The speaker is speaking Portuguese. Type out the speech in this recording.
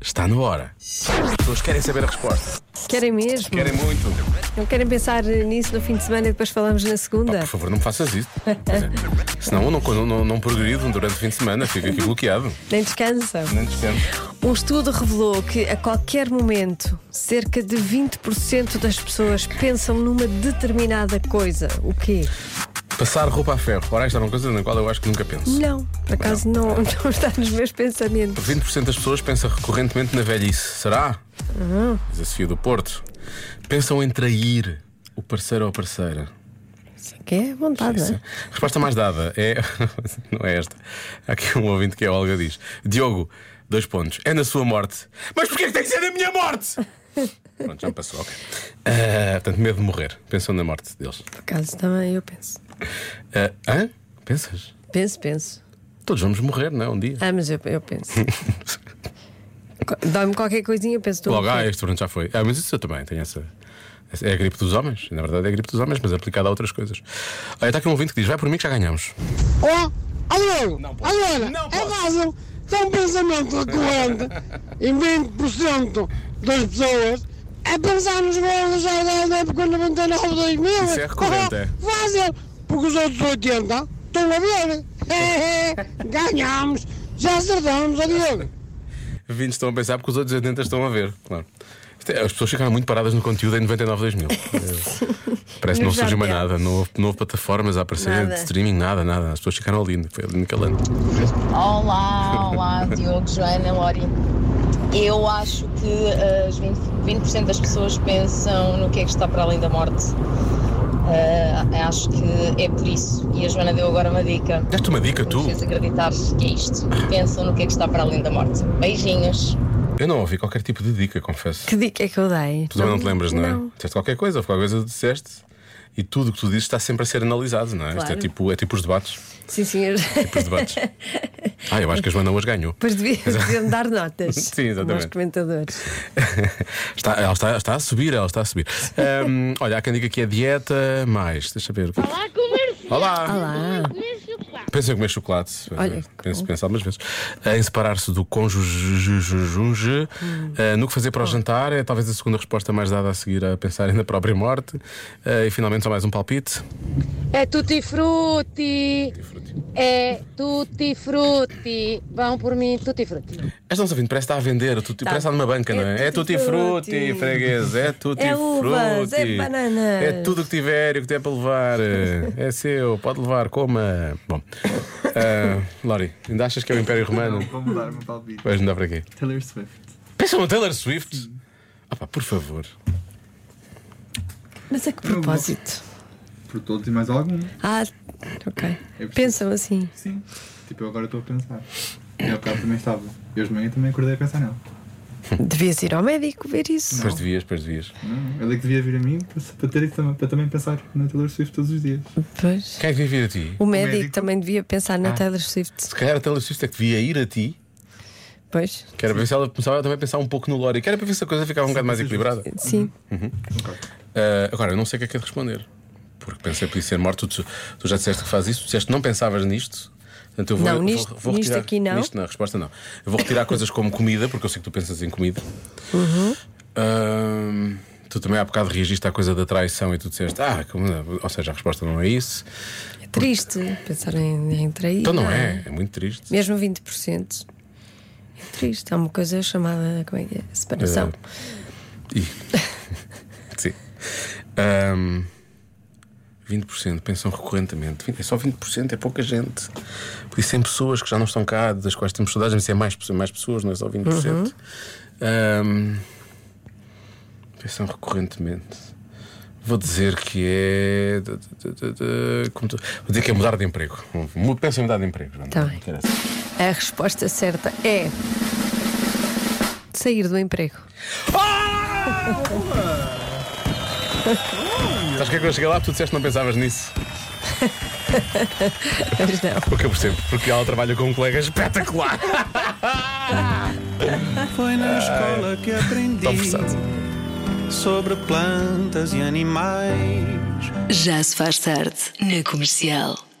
Está na hora. As pessoas querem saber a resposta. Querem mesmo? Querem muito. Não querem pensar nisso no fim de semana e depois falamos na segunda? Por favor, não me faças isso. Pois é. Senão eu não, não, não, não progrido durante o fim de semana, fico aqui bloqueado. Nem descansam. Não descendo. Um estudo revelou que a qualquer momento cerca de 20% das pessoas pensam numa determinada coisa. O quê? Passar roupa a ferro. Ora, esta é uma coisa na qual eu acho que nunca penso. Não, Um por acaso não, não está nos meus pensamentos. 20% das pessoas pensam recorrentemente na velhice. Será? Diz a Sofia do Porto. Pensam em trair o parceiro ou parceira. Isso é que é vontade, Isso. não é? A resposta mais dada é. Não é esta. Há aqui um ouvinte que é a Olga diz: Diogo, dois pontos. É na sua morte. Mas porquê que tem que ser na minha morte? Pronto, já me passou, ok. Ah, portanto, medo de morrer. Pensam na morte deles. Por acaso também eu penso. Ah, hã? Pensas? Penso, penso. Todos vamos morrer, não é? Um dia. Ah, mas eu, eu penso. Co- Dá-me qualquer coisinha, eu penso estou a Logo, ah, morrer. este pronto já foi. Ah, mas isso eu também tenho essa. essa- É a gripe dos homens, na verdade é a gripe dos homens, mas aplicada a outras coisas. Olha, está aqui um ouvinte que diz: vai por mim que já ganhamos. Ó, alô, Não posso. agora, Não é posso. fácil. Se é um pensamento recorrente em 20% das pessoas, é pensar nos gols já é da da época 99, 2000. Isso é recorrente, é. Ó, Fácil, porque os outros 80 estão a ver. Ganhámos, já acertámos, ó Diogo. 20 estão a pensar porque os outros 80 estão a ver, claro. Isto é, As pessoas ficaram muito paradas no conteúdo em 99-2000. Parece que não Eu já surgiu mais vi. nada, não houve, não houve plataformas a aparecer, Nada. de streaming, nada, nada. As pessoas ficaram ali, foi ali naquele ano. Olá, olá, Diogo, Joana, Lori. Eu acho que eh, as 20%, 20% das pessoas pensam no que é que está para além da morte. Ah, acho que é por isso. E a Joana deu agora uma dica. Deste uma dica, que tu? Me fez acreditar que é isto. Pensam no que é que está para além da morte. Beijinhos. Eu não ouvi qualquer tipo de dica, confesso. Que dica é que eu dei? Tu também não te lembras, não é? Não. Disseste qualquer coisa, houve qualquer coisa que disseste. E tudo o que tu dizes está sempre a ser analisado, não é? Isto é Claro. tipo, é tipo os debates. Sim, senhor. Tipo os debates. ah, eu acho que a Joana hoje ganhou. Depois devia- deviam dar notas. Sim, exatamente. Nós comentadores. está, ela está, está a subir, ela está a subir. Ahm, olha, há quem diga que é dieta, mais. Deixa eu ver. Olá, comerciante. Olá! Olá. Pensa em comer chocolate. Olha, penso, que bom. penso algumas vezes. Eh, Em separar-se do cônjuge. ju- ju- junge. Hum. Eh, no que fazer para o jantar é talvez a segunda resposta mais dada a seguir a pensarem na própria morte. Eh, e finalmente só mais um palpite. É tutti frutti, é tutti frutti. Vão por mim, tutti frutti. Esta nossa ouvinte parece estar a vender, tu, parece estar numa banca, não é? Tá. É É tutti tutti-frutti. frutti, freguês, é tutti É uvas, frutti. é bananas. É tudo o que tiver e o que tem para levar. eh, É seu, pode levar, coma. Bom, eh, Lori, ainda achas que é o Império Romano? Vou mudar o meu palpite. Vais mudar para quê? Taylor Swift. Pensa no Taylor Swift. Ah pá, por favor. Mas a que propósito? Por todos e mais algum. Ah, ok. Eu percebo. Pensam assim. Sim. Tipo, eu agora estou a pensar. E ao bocado também estava. E hoje de manhã também acordei a pensar nela. Devias ir ao médico ver isso. Depois devias, depois devias. Não, Ela é que devia vir a mim para- para, ter, que tam- para também pensar na Taylor Swift todos os dias. Pois. Quem é que devia vir a ti? O médico, médico. Ah. também devia pensar na Taylor Swift. Se calhar a Taylor Swift é que devia ir a ti. Pois, Que era para ver se ela começava a também a pensar um pouco no Lori. Que era para ver se a coisa ficava um bocado mais equilibrada. sim. Uhum. Ah, agora, eu não sei o que é que é de responder. Porque pensei que podia ser morto. Tu, tu já disseste que faz isso. Tu disseste que não pensavas nisto. Portanto, eu vou, Não, eu vou- nisto- vou nisto retirar, aqui não. Nisto não, a resposta não. Eu vou retirar coisas como comida, porque eu sei que tu pensas em comida. Uhum. Ahm, tu também há bocado reagiste à coisa da traição e tu disseste, ah, como não?" ou seja, a resposta não é isso. É triste pensar em, em trair. Então não é, é muito triste. Mesmo 20%. É triste. Há uma coisa chamada. Como é que é? Separação. Ih. Sim. Ahm, 20% pensam recorrentemente. 20 É só 20%, é pouca gente. Porque 100 pessoas que já não estão cá, das quais temos saudades, mas isso é mais, pessoas- mais pessoas, não é só 20%. Uhum. Ahm, pensam recorrentemente. Vou dizer que é. de- de- de- de- como tu- Vou dizer que é mudar de emprego. Mu- Pensa em mudar de emprego. Joana. Tá bem. É. A resposta certa é. Sair do emprego. Sabes o que é que eu cheguei lá? porque Tu disseste que não pensavas nisso. Mas não. Porque eu percebo, porque ela trabalha com um colega espetacular. Foi na escola que Tão aprendi forçado. sobre plantas e animais. Já se faz tarde na comercial.